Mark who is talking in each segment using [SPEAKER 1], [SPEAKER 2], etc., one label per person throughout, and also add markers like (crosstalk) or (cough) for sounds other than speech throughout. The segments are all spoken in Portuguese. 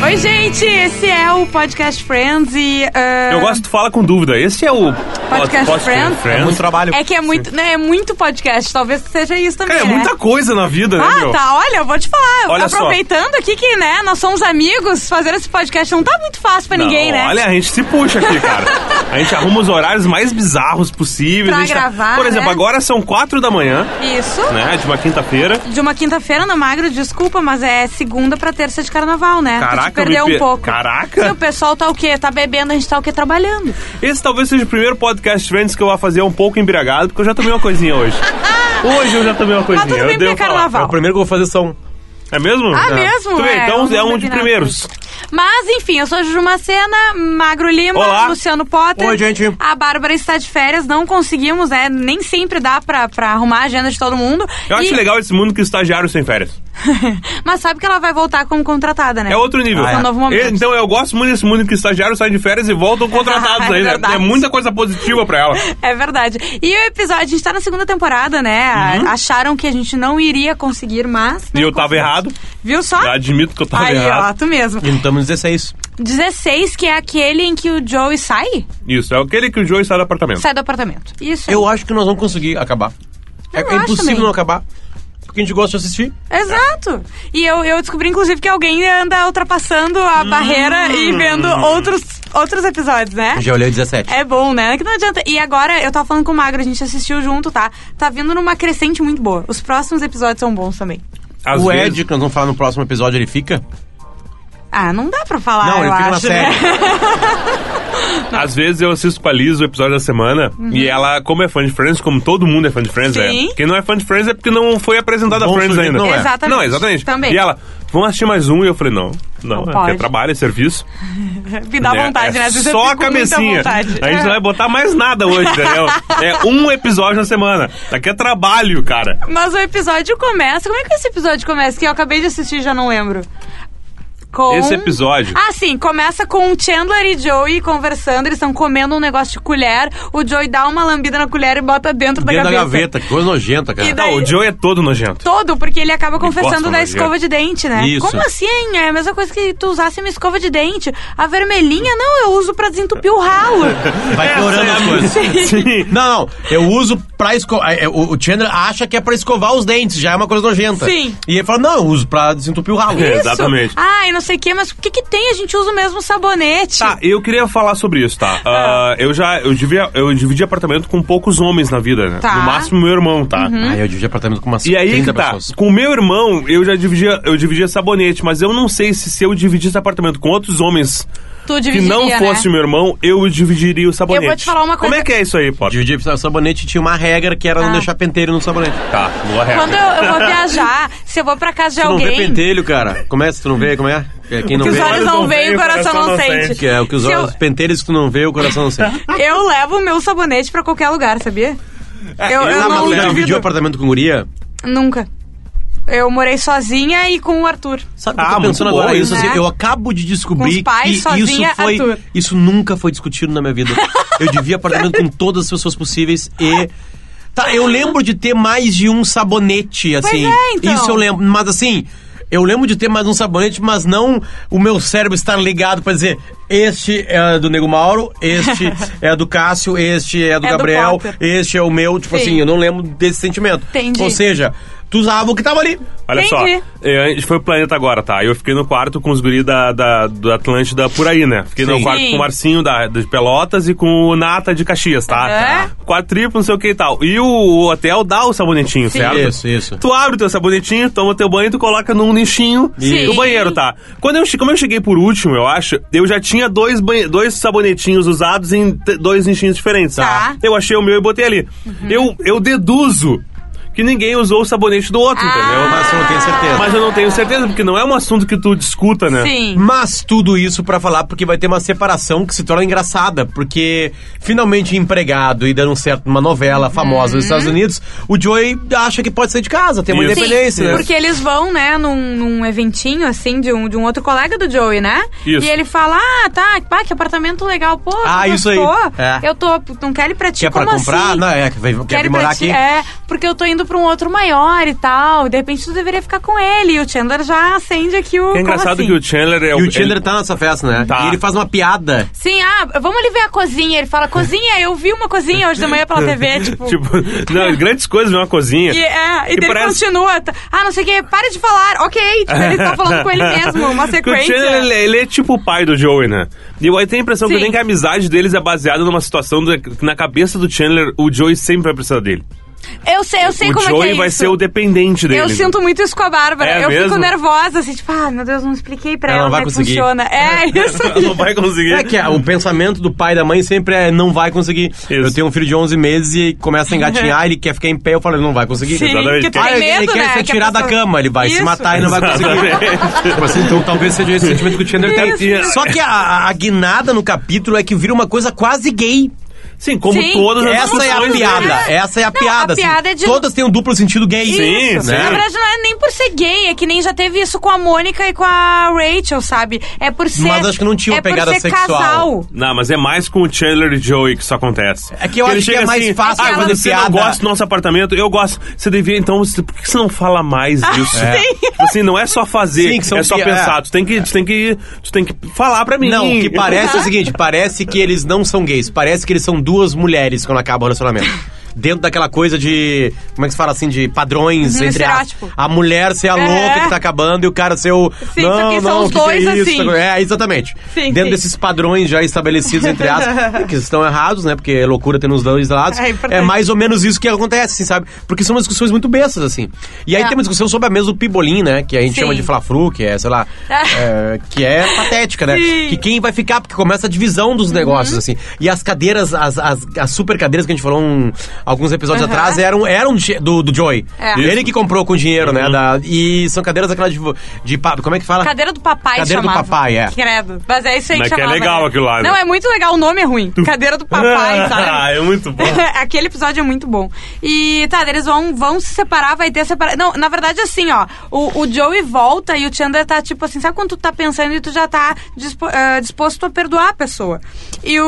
[SPEAKER 1] Oi, gente, esse é o Podcast Friends e. ah,
[SPEAKER 2] Eu gosto, tu fala com dúvida. Esse é o
[SPEAKER 1] Podcast Friends?
[SPEAKER 3] É muito trabalho.
[SPEAKER 1] É que é muito, né, é muito podcast, talvez que seja isso também.
[SPEAKER 2] Cara, é
[SPEAKER 1] né?
[SPEAKER 2] muita coisa na vida, né,
[SPEAKER 1] Ah,
[SPEAKER 2] meu?
[SPEAKER 1] tá. Olha, eu vou te falar.
[SPEAKER 2] Olha só.
[SPEAKER 1] aproveitando aqui que, né, nós somos amigos, fazer esse podcast não tá muito fácil pra
[SPEAKER 2] Não,
[SPEAKER 1] ninguém, né?
[SPEAKER 2] Olha, a gente se puxa
[SPEAKER 1] (laughs)
[SPEAKER 2] aqui, cara. A gente arruma os horários mais bizarros possíveis.
[SPEAKER 1] Pra
[SPEAKER 2] a gente tá-
[SPEAKER 1] gravar,
[SPEAKER 2] Por exemplo,
[SPEAKER 1] né?
[SPEAKER 2] agora são quatro da manhã,
[SPEAKER 1] Isso.
[SPEAKER 2] né? De uma quinta-feira.
[SPEAKER 1] De uma quinta-feira na Magro, desculpa, mas é segunda pra terça de carnaval, né? tu
[SPEAKER 2] Caraca,
[SPEAKER 1] te perdeu
[SPEAKER 2] eu me
[SPEAKER 1] um
[SPEAKER 2] per-
[SPEAKER 1] pouco.
[SPEAKER 2] Caraca.
[SPEAKER 1] Sim, o pessoal tá o quê? Tá bebendo, a gente tá o quê? Trabalhando.
[SPEAKER 2] Esse talvez seja o primeiro podcast Friends que eu vou fazer um pouco embriagado, porque eu já tomei uma coisinha
[SPEAKER 1] (laughs)
[SPEAKER 2] hoje. Hoje eu já tomei uma coisinha.
[SPEAKER 1] tudo
[SPEAKER 2] eu
[SPEAKER 1] bem,
[SPEAKER 2] devo
[SPEAKER 1] porque é
[SPEAKER 2] falar.
[SPEAKER 1] carnaval.
[SPEAKER 3] É o primeiro que eu vou fazer som.
[SPEAKER 2] É mesmo?
[SPEAKER 1] Ah, mesmo?
[SPEAKER 2] Tu vê,
[SPEAKER 1] É, eu
[SPEAKER 2] então
[SPEAKER 1] não
[SPEAKER 2] é um
[SPEAKER 1] bebi
[SPEAKER 2] de
[SPEAKER 1] nada.
[SPEAKER 2] primeiros.
[SPEAKER 1] Mas, enfim, eu sou a Juju Macena, Magro Lima,
[SPEAKER 2] Olá.
[SPEAKER 1] Luciano Potter.
[SPEAKER 3] Oi, gente.
[SPEAKER 1] A Bárbara está de férias, não conseguimos, né? Nem sempre dá pra, pra arrumar a agenda de todo mundo.
[SPEAKER 2] Eu acho
[SPEAKER 1] E-
[SPEAKER 2] legal esse mundo que estagiário sem férias.
[SPEAKER 1] (laughs) Mas sabe que ela vai voltar como contratada, né?
[SPEAKER 2] É outro nível.
[SPEAKER 3] Ah, é.
[SPEAKER 1] É um novo momento.
[SPEAKER 2] E- Então eu gosto muito desse mundo que estagiários saem de férias
[SPEAKER 1] (laughs)
[SPEAKER 2] e voltam contratados
[SPEAKER 1] É
[SPEAKER 2] ainda.
[SPEAKER 1] verdade.
[SPEAKER 2] É muita coisa positiva pra
[SPEAKER 1] (laughs)
[SPEAKER 2] ela.
[SPEAKER 1] É verdade. E o episódio, a gente tá na segunda temporada, né? A-
[SPEAKER 2] Uhum.
[SPEAKER 1] Acharam que a gente não iria conseguir, mas.
[SPEAKER 2] E
[SPEAKER 1] né,
[SPEAKER 2] eu tava
[SPEAKER 1] conseguimos.
[SPEAKER 2] errado.
[SPEAKER 1] Viu só?
[SPEAKER 2] Admito que eu tava
[SPEAKER 1] Aí, ó,
[SPEAKER 2] Tá errado.
[SPEAKER 1] tu mesmo.
[SPEAKER 3] E não estamos 16.
[SPEAKER 1] 16, que é aquele em que o Joey sai?
[SPEAKER 2] Isso, é aquele que o Joey sai do apartamento.
[SPEAKER 1] Sai do apartamento. Isso.
[SPEAKER 3] Eu acho que nós vamos conseguir acabar. É,
[SPEAKER 1] Eu
[SPEAKER 3] é
[SPEAKER 1] acho
[SPEAKER 3] impossível
[SPEAKER 1] também.
[SPEAKER 3] não acabar. Porque a gente gosta de assistir.
[SPEAKER 1] Exato. E eu, eu descobri, inclusive, que alguém anda ultrapassando a
[SPEAKER 2] Hum.
[SPEAKER 1] barreira e vendo outros, outros episódios, né?
[SPEAKER 3] Já olhei 17.
[SPEAKER 1] É bom, né? Que não adianta. E agora, eu tava falando com o Magro, a gente assistiu junto, tá? Tá vindo numa crescente muito boa. Os próximos episódios são bons também.
[SPEAKER 2] Às
[SPEAKER 3] o
[SPEAKER 2] vezes-
[SPEAKER 3] Ed, que nós vamos falar no próximo episódio, ele fica?
[SPEAKER 1] Ah, não dá pra falar,
[SPEAKER 3] não,
[SPEAKER 1] eu
[SPEAKER 3] ele fica na
[SPEAKER 1] acho, né? (laughs)
[SPEAKER 3] série.
[SPEAKER 2] Às vezes eu assisto com a Liz o episódio da semana e ela, como é fã de Friends, como todo mundo é fã de Friends,
[SPEAKER 1] Uhum. Sim.
[SPEAKER 2] é. Quem não é fã de Friends é porque não foi apresentada a
[SPEAKER 3] Bom
[SPEAKER 2] Friends
[SPEAKER 3] sujeito
[SPEAKER 2] ainda.
[SPEAKER 3] não é.
[SPEAKER 1] Exatamente.
[SPEAKER 2] Não, exatamente.
[SPEAKER 1] Também.
[SPEAKER 2] E ela, vamos assistir mais um? E eu falei, não,
[SPEAKER 1] Não
[SPEAKER 2] não, é porque
[SPEAKER 1] pode.
[SPEAKER 2] é trabalho, é serviço.
[SPEAKER 1] Me dá
[SPEAKER 2] né?
[SPEAKER 1] vontade,
[SPEAKER 2] É
[SPEAKER 1] né? Às vezes eu
[SPEAKER 2] Só a
[SPEAKER 1] fico com muita
[SPEAKER 2] cabecinha. A
[SPEAKER 1] vontade.
[SPEAKER 2] gente não vai
[SPEAKER 1] É.
[SPEAKER 2] botar mais nada hoje, entendeu? é um episódio na semana. Aqui é trabalho, cara.
[SPEAKER 1] Mas o episódio começa. Como é que esse episódio começa? Que eu acabei de assistir e já não lembro. Com...
[SPEAKER 2] Esse episódio.
[SPEAKER 1] Ah, sim, começa com o Chandler e Joey conversando, eles estão comendo um negócio de colher, o Joey dá uma lambida na colher e bota dentro,
[SPEAKER 3] Dentro da
[SPEAKER 1] da gaveta.
[SPEAKER 3] gaveta, que coisa nojenta, cara.
[SPEAKER 1] E daí-
[SPEAKER 2] Não, o Joe é todo nojento.
[SPEAKER 1] Todo, porque ele acaba confessando
[SPEAKER 2] gosta,
[SPEAKER 1] da
[SPEAKER 2] mas
[SPEAKER 1] escova de dente, né?
[SPEAKER 3] Isso.
[SPEAKER 1] Como assim? É a mesma coisa que tu usasse uma escova de dente. A vermelhinha, não, eu uso pra desentupir o ralo.
[SPEAKER 3] Vai piorando
[SPEAKER 2] Essa é
[SPEAKER 3] as
[SPEAKER 1] (laughs)
[SPEAKER 2] a
[SPEAKER 3] coisas.
[SPEAKER 2] Sim.
[SPEAKER 3] Não, não. Eu uso pra escovar. O o Chandler acha que é pra escovar os dentes, já é uma coisa nojenta.
[SPEAKER 1] Sim.
[SPEAKER 3] E ele fala, não, eu uso pra desentupir o ralo.
[SPEAKER 2] É, Exatamente.
[SPEAKER 1] Ah, e não sei o que, mas o que que tem? A gente usa o mesmo sabonete.
[SPEAKER 2] Tá, eu queria falar sobre isso, tá? Ah, eu já. Eu dividi, eu dividi apartamento com poucos homens na vida, né?
[SPEAKER 1] Tá. Uhum.
[SPEAKER 2] No máximo meu irmão, tá?
[SPEAKER 1] Hum?
[SPEAKER 3] Aí eu dividi apartamento com umas
[SPEAKER 2] E aí
[SPEAKER 3] 30
[SPEAKER 2] que tá,
[SPEAKER 3] pessoas.
[SPEAKER 2] com o meu irmão eu já dividia, eu dividia sabonete, mas eu não sei se se eu dividisse apartamento com outros homens
[SPEAKER 1] Tu
[SPEAKER 2] que
[SPEAKER 1] dividiria,
[SPEAKER 2] não fosse
[SPEAKER 1] né?
[SPEAKER 2] meu irmão, eu dividiria o sabonete.
[SPEAKER 1] Eu vou te falar uma coisa-
[SPEAKER 2] Como é que é isso aí, Potter?
[SPEAKER 3] Dividi o sabonete tinha uma regra que era
[SPEAKER 1] Ah.
[SPEAKER 3] não deixar pentelho no sabonete.
[SPEAKER 2] Tá, boa regra.
[SPEAKER 1] Quando eu, eu vou viajar, se eu vou pra casa de
[SPEAKER 3] Tu não vê
[SPEAKER 1] alguém...
[SPEAKER 3] pentelho, cara. Começa, tu não vê, como é? É, Quem não
[SPEAKER 2] Que
[SPEAKER 1] Os
[SPEAKER 3] vê.
[SPEAKER 1] olhos não veem, o coração não sente.
[SPEAKER 3] Que é o que os
[SPEAKER 1] Se eu-
[SPEAKER 3] olhos, os pentelhos que tu não vê, o coração não sente.
[SPEAKER 1] Eu levo o meu sabonete pra qualquer lugar, sabia? Eu,
[SPEAKER 2] eu
[SPEAKER 1] eu não
[SPEAKER 2] levo-
[SPEAKER 3] tu já
[SPEAKER 2] duvido.
[SPEAKER 3] dividiu apartamento com guria?
[SPEAKER 1] Nunca. Eu morei sozinha e com o Arthur.
[SPEAKER 3] Sabe, o
[SPEAKER 2] Ah,
[SPEAKER 3] que eu tô
[SPEAKER 2] muito
[SPEAKER 3] pensando
[SPEAKER 2] bom
[SPEAKER 3] agora
[SPEAKER 2] isso.
[SPEAKER 3] isso, assim,
[SPEAKER 1] Né?
[SPEAKER 3] eu acabo de
[SPEAKER 1] Com
[SPEAKER 3] descobrir
[SPEAKER 1] os pais,
[SPEAKER 3] que
[SPEAKER 1] sozinha,
[SPEAKER 3] isso foi,
[SPEAKER 1] Arthur.
[SPEAKER 3] isso nunca foi discutido na minha vida. Eu dividi apartamento com todas as pessoas possíveis e tá, eu lembro de ter mais de um sabonete assim.
[SPEAKER 1] é, então.
[SPEAKER 3] Isso eu lembro, mas assim, eu lembro de ter mais um sabonete, mas não o meu cérebro estar ligado pra dizer este é do Nego Mauro,
[SPEAKER 1] (laughs)
[SPEAKER 3] este é do Cássio, este é do
[SPEAKER 1] É do
[SPEAKER 3] Gabriel,
[SPEAKER 1] Potter.
[SPEAKER 3] este é o meu, tipo
[SPEAKER 1] Sim.
[SPEAKER 3] assim, eu não lembro desse sentimento.
[SPEAKER 1] Entendi.
[SPEAKER 3] Ou seja, tu usava o que tava ali.
[SPEAKER 2] Olha só,
[SPEAKER 1] Entendi.
[SPEAKER 2] eh, a gente foi pro planeta agora, tá? Eu fiquei no quarto com os guris da, da, do Atlântida por aí, né? Fiquei no
[SPEAKER 3] Sim.
[SPEAKER 2] quarto
[SPEAKER 1] Sim.
[SPEAKER 2] com o Marcinho da, de Pelotas e com o Nata de Caxias, tá?
[SPEAKER 1] É?
[SPEAKER 2] Quarto triplo, não sei o que e tal. E o hotel dá o sabonetinho, certo?
[SPEAKER 3] Isso, isso.
[SPEAKER 2] Tu abre o teu sabonetinho, toma teu banho, tu coloca num lixinho
[SPEAKER 1] Sim.
[SPEAKER 2] do banheiro, tá? Quando eu, che- como eu cheguei por último, eu acho, eu já tinha dois, banhe- dois sabonetinhos usados em t- dois lixinhos diferentes,
[SPEAKER 1] Tá. Uhum.
[SPEAKER 2] Eu achei o meu e botei ali. Eu, eu deduzo que ninguém usou o sabonete do outro,
[SPEAKER 1] Ah.
[SPEAKER 2] entendeu?
[SPEAKER 3] Mas eu não tenho certeza.
[SPEAKER 2] Mas eu não tenho certeza, porque não é um assunto que tu discuta,
[SPEAKER 3] É.
[SPEAKER 2] né?
[SPEAKER 1] Sim.
[SPEAKER 3] Mas tudo isso pra falar porque vai ter uma separação que se torna engraçada, porque finalmente um empregado e dando certo numa novela famosa
[SPEAKER 1] Uhum.
[SPEAKER 3] dos Estados Unidos, o Joey acha que pode sair de casa, tem uma
[SPEAKER 2] Isso.
[SPEAKER 3] independência,
[SPEAKER 2] Sim,
[SPEAKER 3] né?
[SPEAKER 1] Porque eles vão, né, num, num eventinho, assim, de um, de um outro colega do Joey, né?
[SPEAKER 2] Isso.
[SPEAKER 1] E ele fala, ah, tá, pá, que apartamento legal, pô,
[SPEAKER 3] Ah,
[SPEAKER 1] tu
[SPEAKER 3] isso aí.
[SPEAKER 1] gostou?
[SPEAKER 3] É.
[SPEAKER 1] Eu tô, não quer ir pra ti,
[SPEAKER 3] Quer pra
[SPEAKER 1] como
[SPEAKER 3] comprar?
[SPEAKER 1] assim?
[SPEAKER 3] Não, é, que vai- quer
[SPEAKER 1] Quero
[SPEAKER 3] vir
[SPEAKER 1] ir pra
[SPEAKER 3] morar
[SPEAKER 1] ti-
[SPEAKER 3] aqui?
[SPEAKER 1] É, porque eu tô indo pra um outro maior e tal. De repente tu deveria ficar com ele. E o Chandler já acende aqui o.
[SPEAKER 2] É engraçado
[SPEAKER 1] assim?
[SPEAKER 2] que o Chandler é
[SPEAKER 3] E o Chandler tá nessa festa, né?
[SPEAKER 2] Tá.
[SPEAKER 3] E ele faz uma piada.
[SPEAKER 1] Sim, ah, vamos ali ver a cozinha. Ele fala, cozinha, eu vi uma cozinha hoje de manhã
[SPEAKER 2] (laughs)
[SPEAKER 1] pela TV, tipo.
[SPEAKER 2] Tipo,
[SPEAKER 1] (laughs)
[SPEAKER 2] não, grandes coisas numa cozinha.
[SPEAKER 1] E, é, e,
[SPEAKER 2] E
[SPEAKER 1] daí ele
[SPEAKER 2] parece-
[SPEAKER 1] continua. tá, Ah, não sei o que, para de falar. Ok, tipo, ele tá falando com ele mesmo,
[SPEAKER 2] (laughs)
[SPEAKER 1] uma
[SPEAKER 2] Porque
[SPEAKER 1] sequência.
[SPEAKER 2] O Chandler, ele, ele é tipo o pai do Joey, né? E eu aí tenho a impressão
[SPEAKER 1] Sim.
[SPEAKER 2] que nem que a amizade deles é baseada numa situação do- que na cabeça do Chandler, o Joey sempre vai precisar dele.
[SPEAKER 1] Eu sei, eu sei
[SPEAKER 2] o
[SPEAKER 1] como é que é
[SPEAKER 2] Joey
[SPEAKER 1] isso.
[SPEAKER 2] vai ser o dependente dele. né?
[SPEAKER 1] Eu sinto muito isso com a Bárbara.
[SPEAKER 2] É
[SPEAKER 1] eu fico
[SPEAKER 2] mesmo?
[SPEAKER 1] nervosa, assim, tipo, ah, meu Deus, não expliquei pra
[SPEAKER 3] Ela
[SPEAKER 1] ela,
[SPEAKER 3] não vai
[SPEAKER 1] como é que
[SPEAKER 3] conseguir.
[SPEAKER 1] funciona.
[SPEAKER 3] (laughs)
[SPEAKER 1] É, (laughs) isso
[SPEAKER 2] (laughs) Ela não
[SPEAKER 1] aí.
[SPEAKER 2] vai conseguir.
[SPEAKER 3] É que é, o pensamento do pai e da mãe sempre é não vai conseguir. Eu tenho um filho de 11 meses e começa
[SPEAKER 1] (laughs)
[SPEAKER 3] a engatinhar, ele quer ficar em pé, eu falo, ele não vai conseguir.
[SPEAKER 1] Sim,
[SPEAKER 2] Exatamente.
[SPEAKER 1] que tu
[SPEAKER 3] Ah,
[SPEAKER 1] tem
[SPEAKER 3] ele, ele
[SPEAKER 1] medo,
[SPEAKER 3] quer
[SPEAKER 1] né?
[SPEAKER 3] se
[SPEAKER 1] que a
[SPEAKER 3] tirar da
[SPEAKER 1] pessoa-
[SPEAKER 3] cama, ele vai se
[SPEAKER 1] Isso.
[SPEAKER 3] matar e não vai conseguir. Tipo assim, então talvez seja esse sentimento que o Chandler tem.
[SPEAKER 2] Isso.
[SPEAKER 3] Só que a, a guinada no capítulo é que vira uma coisa quase gay.
[SPEAKER 2] Sim, como
[SPEAKER 1] Sim.
[SPEAKER 2] todas as
[SPEAKER 3] Essa é a
[SPEAKER 2] discussões
[SPEAKER 3] piada.
[SPEAKER 2] deles.
[SPEAKER 3] Essa é a piada. assim.
[SPEAKER 1] né? piada é de-
[SPEAKER 3] Todas têm um duplo sentido gay. né?
[SPEAKER 2] Sim, sim.
[SPEAKER 1] Na verdade, não é nem por ser gay, é que nem já teve isso com a Mônica e com a Rachel, sabe? É por ser.
[SPEAKER 3] Mas acho que não tinha uma
[SPEAKER 1] é por
[SPEAKER 3] pegada
[SPEAKER 1] ser
[SPEAKER 3] sexual.
[SPEAKER 1] casal.
[SPEAKER 2] Não, mas é mais com o Chandler e Joey que isso acontece.
[SPEAKER 3] É que eu acho que é mais fácil
[SPEAKER 2] ah,
[SPEAKER 1] fazer
[SPEAKER 2] mas você
[SPEAKER 3] piada."
[SPEAKER 2] não gosta do nosso apartamento? Eu gosto. Você devia, então, você- por que você não fala mais disso?
[SPEAKER 1] É. sim.
[SPEAKER 2] Tipo Assim, não é só fazer,
[SPEAKER 3] Sim, que são
[SPEAKER 2] é só
[SPEAKER 3] pi-
[SPEAKER 2] pensar.
[SPEAKER 3] é.
[SPEAKER 2] Tu tem que, tu tem que, tu tem que falar pra mim.
[SPEAKER 3] Não, o
[SPEAKER 2] (laughs)
[SPEAKER 3] que parece é o seguinte: parece que eles não são gays, parece que eles são duas mulheres quando acaba o relacionamento.
[SPEAKER 1] (laughs)
[SPEAKER 3] Dentro daquela coisa de. Como é que se fala assim? De padrões,
[SPEAKER 1] Uhum,
[SPEAKER 3] entre as,
[SPEAKER 1] estereótipo.
[SPEAKER 3] A mulher ser a
[SPEAKER 1] É.
[SPEAKER 3] louca que tá acabando e o cara ser o.
[SPEAKER 1] Sim, só
[SPEAKER 3] não,
[SPEAKER 1] que são
[SPEAKER 3] não,
[SPEAKER 1] os
[SPEAKER 3] que que
[SPEAKER 1] dois
[SPEAKER 3] é isso?
[SPEAKER 1] assim.
[SPEAKER 3] É, exatamente.
[SPEAKER 1] Sim,
[SPEAKER 3] Dentro
[SPEAKER 1] sim.
[SPEAKER 3] desses padrões já estabelecidos,
[SPEAKER 1] (laughs)
[SPEAKER 3] entre as. que estão errados, né? Porque é loucura tem nos dois lados.
[SPEAKER 1] É
[SPEAKER 3] É,
[SPEAKER 1] importante.
[SPEAKER 3] mais ou menos isso que acontece, assim, sabe? Porque são umas discussões muito bestas, assim. E aí
[SPEAKER 1] É.
[SPEAKER 3] tem uma discussão sobre a mesa do pibolim, né? Que a gente
[SPEAKER 1] Sim.
[SPEAKER 3] chama de flafru, que é,
[SPEAKER 1] (laughs)
[SPEAKER 3] sei lá. é, que é patética, né?
[SPEAKER 1] Sim. Uhum.
[SPEAKER 3] Que quem vai ficar, porque começa a divisão dos negócios, assim. E as cadeiras, as, as, as super cadeiras que a gente falou um- alguns episódios
[SPEAKER 1] Uhum.
[SPEAKER 3] atrás eram, eram de- do, do Joy.
[SPEAKER 1] É. Isso.
[SPEAKER 3] Ele que comprou com dinheiro, né? da- e são cadeiras aquelas de, de. pa- Como é que fala?
[SPEAKER 1] Cadeira do papai
[SPEAKER 3] Cadeira do
[SPEAKER 1] chamava.
[SPEAKER 3] papai, é.
[SPEAKER 1] Credo. Mas é isso aí
[SPEAKER 2] Mas
[SPEAKER 1] que
[SPEAKER 2] que é
[SPEAKER 1] chamava.
[SPEAKER 2] legal aquilo lá, né?
[SPEAKER 1] Não, é muito legal. O nome é ruim. Cadeira do papai,
[SPEAKER 2] (laughs) Ah,
[SPEAKER 1] sabe?
[SPEAKER 2] é muito bom.
[SPEAKER 1] Aquele episódio (laughs) é muito bom. E tá, eles vão, vão se separar, vai ter separação. Não, na verdade, assim, ó. O, o Joey volta e o Chandler tá tipo assim, sabe quando tu tá pensando e tu já tá dispo- ah, disposto a perdoar a pessoa? E o,